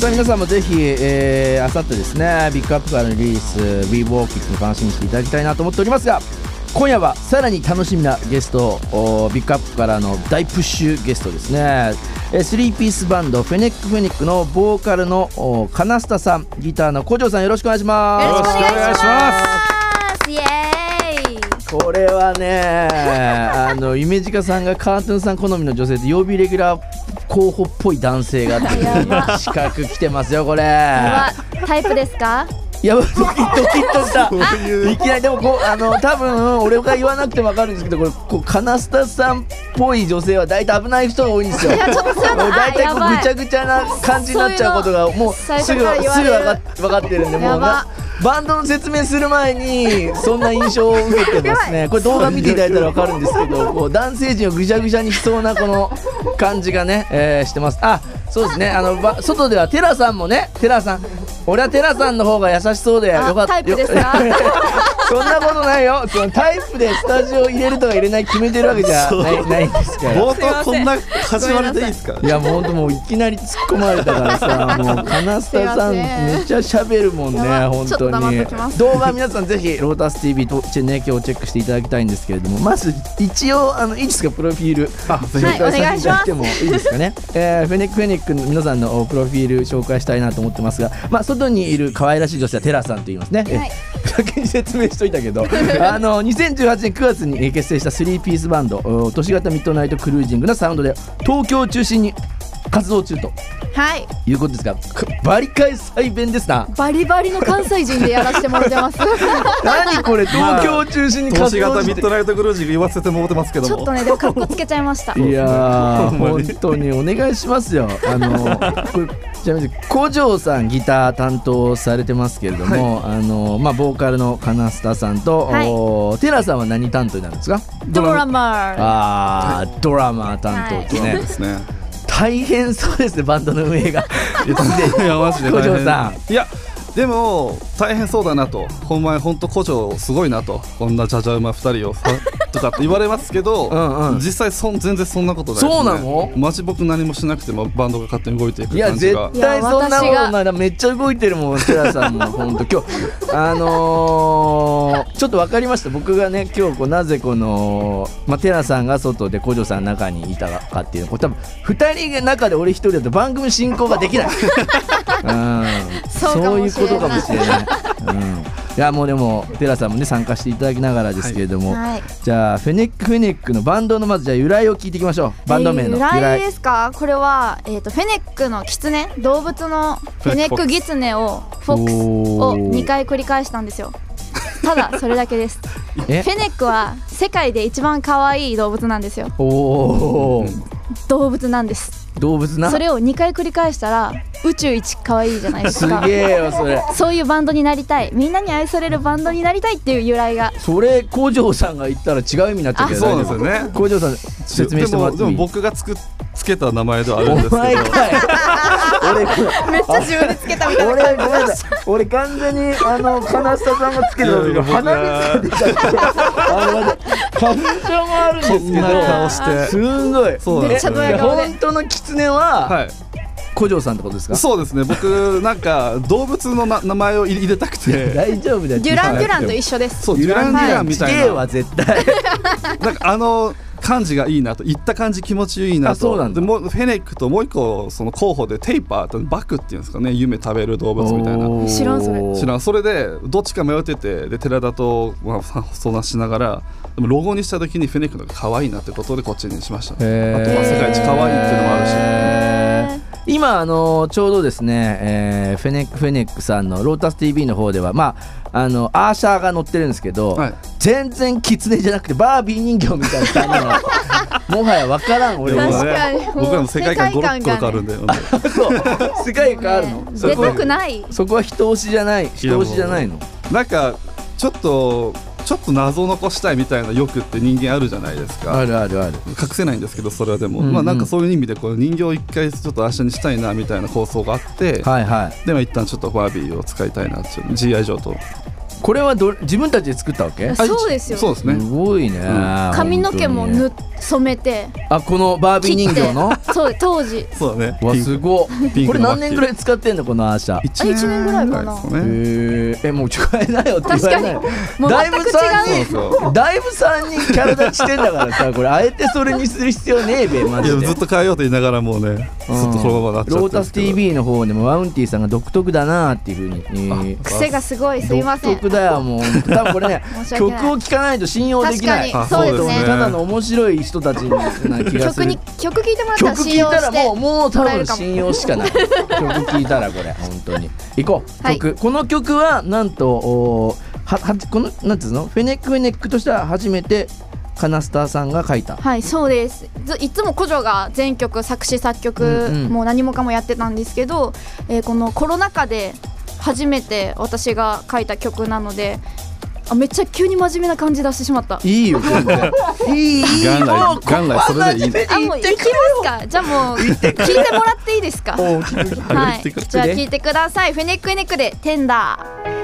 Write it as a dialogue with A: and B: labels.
A: 当に皆さんもぜひ、えー、あさってですねビッグアップからのリリース「WeWalkIt」を楽しみにしていただきたいなと思っておりますが今夜はさらに楽しみなゲストおビッグアップからの大プッシュゲストですね、えー、スリーピースバンドフェネックフェニックのボーカルのおカナスタさんギターの古城さんよろしくお願いします
B: よろしくお願いします
C: イエーイ
A: これはね あのイメジカさんがカートゥーンさん好みの女性で曜日レギュラー候補っぽい男性がっていう資格来てますよこれ
C: はタイプですか
A: やばいドキッドキッと したいきなりでもこうあの多分俺が言わなくても分かるんですけどこれこうカナスタさんっぽい女性は大体危ない人が多いんですよ
C: ちょっとそういうの
A: もう大体こ
C: あやば
A: う
C: い
A: ぐちゃぐちゃな感じになっちゃうことがもうすぐ
C: 最
A: す
C: 初
A: ぐ
C: から
A: 分
C: 言われる
A: かっ分かってるんでもう
C: やば
A: なバンドの説明する前にそんな印象を受けてます ねこれ動画見ていただいたら分かるんですけどこう男性陣をぐちゃぐちゃにしそうなこの感じがね、えーしてますあそうですねあのば外ではテラさんもねテラさん俺はテラさんの方が優しそうでよか
C: あ
A: った
C: タイプです
A: よ
C: か
A: そんなことないよそのタイプでスタジオ入れるとか入れない決めてるわけじゃないないんですから
B: 冒頭こんな始まりでいいですか
A: いやもうほんともういきなり突っ込まれたからさもうカナスタさん
C: すいません
A: めっちゃ喋るもんね
C: やば
A: 本
C: ちょっと
A: 当
C: 黙っ
A: に
C: ときます
A: 動画皆さんぜひロータス TV とチェね今日チェックしていただきたいんですけれどもまず一応あのいいですかプロフィール紹
C: はい
A: 介させていただいてもいいですかね、 えーフェネックフェネックの皆さんのおプロフィール紹介したいなと思ってますがまあ外にいる可愛らしい女性はテラさんと言いますね、え
C: はい
A: 先に説明しといたけど あの2018年9月に結成した3ピースバンドお都市型ミッドナイトクルージングなサウンドで東京を中心に活動中と
C: はい
A: いうことですがくバリカイ再弁ですな
C: バリバリの関西人でやらせてもらってますち
A: 何これ東京を中心に
B: 投
A: 活
B: 資
A: 動
B: 型
A: し
B: ミッ
A: て
B: ドナイトクルージング言わせてもらってますけども
C: ょっとねでもかっこつけちゃいました
A: いやー
B: ほんま
A: 本
B: に
A: 当にお願いしますよ。あのこれちなみに古城さんギター担当されてますけれども、あのまあボーカルの金下さんと、
C: はい
A: おテラさんは何担当になるんですか？
C: ドラマー
A: あードラマー担当ですね、
B: そうですね
A: 大変そうですねバンドの運営 が
B: いやマジで
A: 古
B: 大変
A: 城さ
B: いやでも大変そうだなとほんまにほんと古城すごいなとこんなじゃじゃ馬二人をさとかって言われますけど
A: うんうん
B: 実際そん全然そんなことないです、ね、
A: そうなの
B: マジ僕何もしなくてもバンドが勝手に動いていく
A: いや
B: 感じ
A: 絶
B: が
A: 対そんなこ
C: いや
A: と
C: 私
A: ないめっちゃ動いてるもんテラさ んも本当今日あのー、ちょっと分かりました僕がね今日こうなぜこの、まあ、テラさんが外で古城さん中にいたかっていうのこれ多分2人が中で俺一人だと番組進行ができ ないうん
C: そうか
A: そうい
C: も
A: う
C: しれ
A: こと
C: ない
A: かもしれない、うん、いやもうでもテラさんもね参加していただきながらですけれども、
C: はい
A: じゃあフェネックフェネックのバンドのまずじゃあ由来を聞いていきましょうバンド名の
C: えー
A: 由
C: 由
A: 来
C: 来ですかこれは、えー、とフェネックのキツネ動物のフェネックギツネをフォックス
A: お
C: を
A: ー
C: 2回繰り返したんですよただそれだけですフ
A: え
C: ェネックは世界で一番可愛い動物なんですよ
A: おおー、
C: 動物なんです
A: 動物な
C: それを2回繰り返したら宇宙一可愛いじゃないですすか
A: げえよそれ
C: そういうバンドになりたいみんなに愛されるバンドになりたいっていう由来が
A: それ工場さんが言ったら違う意味になっちゃうけど
B: そうなんですよね
A: 工場さん説明してもらって
B: で
A: も
B: も
A: い
B: で
A: い
B: も僕がつくつけた名前ではあるんです
A: お
B: けど
A: 前かい俺これ
C: めっちゃ自分でつけたみ
A: 俺ごめんなさい俺完全にあの金下さんがつけた時
B: 僕
A: 鼻
B: が
A: 水花粉症もあるんで
B: こ
A: す
B: ん
A: け
B: な
A: ど
B: 顔して
A: すんごい
B: そうなんです
C: めっちゃ
B: よ
C: ド
A: い
C: ヤ
A: や
B: ね
C: 顔
A: 本当の狐は
B: はい
A: 古城さんってことですか
B: そうですね僕なんか動物のな名前を入れたくて
A: 大丈夫だよ
C: デュラン・デュランと一緒です
B: そうデュランデュランみた
A: 違え
B: いな
A: わ絶対
B: なんかあの感じがいいなと言った感じ気持ちいい
A: あ
B: な
A: そう
B: と
A: なんだ
B: でもうフェネックともう一個その候補でテイパーとバクっていうんですかね夢食べる動物みたいな
C: 知らんそれ
B: 知らんそれでどっちか迷っててで寺田と、まあ、相談しながらでもロゴにした時にフェネックの方が可愛いなってことでこっちにしました、
A: へー
B: あとは世界一可愛いっていうのもあるし、
A: へー今あのちょうどですね、えーフェネックフェネックさんのロータス TV の方ではまああのアーシャーが乗ってるんですけど、
B: はい
A: 全然キツネじゃなくてバービー人形みたいな感じ のもはやわからん俺
B: でも
C: 確
A: は
C: かに
B: ね僕らも世界観
C: 世
B: ゴロ
C: 界観
B: ッゴ
C: がね
B: ロ変わるんで、うん
A: そう世界観あるの、そ
C: 出
A: こは
C: たくない
A: そこは人推しじゃない人推しじゃないの
B: なんかちょっとちょっと謎を残したいみたいな欲って人間あるじゃないですか
A: あるあるある
B: 隠せないんですけどそれはでも、
A: うんうん
B: まあなんかそういう意味でこう人形を一回ちょっと明日にしたいなみたいな構想があって、
A: はいはい
B: でも一旦ちょっとバービーを使いたいなっていう GI 上と
A: これはど自分たちで作ったわけ
B: あ
C: そうですよ
B: そうですね
A: すごいね、
B: ん
C: 髪の毛も
A: っ
C: ぬ染めて
A: あこのバービー
C: 切
A: 人
C: って
A: 形の
C: そうです当時
B: そうだね
A: わ
B: ピンク
A: すご
B: ピン
A: これ
B: クのバッ
A: 何
B: キ
A: 年ぐ
B: ー
A: らい使ってんのこのアーシャへ
B: 一
C: 一年ぐらいかな
B: ですかね
A: ええもう使えないよって言われない
C: 確もう
A: だい
C: 全
A: ぶ
C: く違
A: さ
B: そううそ
A: だいぶ3人キャラ立ちしてんだからさこれあえてそれにする必要ねえべマ
B: うい
A: ジで
B: やずっと変えようと言いながらもうねずっとこのままなっちゃって
A: ロ
B: るん
A: ータ
B: です
A: ス
B: けど
A: TV の方でもワウンティさんが独特だなっていうふうに、えー
C: 癖がすごいすいません
A: 独特だよもう多分これね
C: 申し
A: 曲
C: 訳
A: を
C: ない
A: 聴かないと信用で
C: 確
A: きない
B: あ
C: かにそうです
B: そう
C: ね
B: ですね
A: ただの面白い人たちな気がす
C: 曲
A: る
C: に曲聴いてもらったら
A: 曲
C: 信
A: 聴
C: 用
A: いたら
C: して
A: もうもう多
C: もらえ
A: 分
C: るかも
A: 信用しかない曲聴いたらこれ本当に行こう、
C: はい
A: 曲この曲はなんとおーははこのなんていうのフェネックフェネックとしては初めてカナスターさんが書いた
C: はいそうですずいつも古女が全曲作詞作曲、
A: うんうん
C: もう何もかもやってたんですけど、えーこのコロナ禍で初めて私が書いた曲なのであめっちゃ急に真面目な感じ出してしまった
A: いいよ全然 いいいい
B: 元来
A: もう
B: 元来そ
A: こん
B: れでいい
A: な真面目に
C: あもう行きますかじゃあもう聞いてもらっていいですか
B: おー聞いてくれ
C: はい
B: 聞いてくれ
C: じゃあ聞いてくださいフェネックエネックで「テンダー」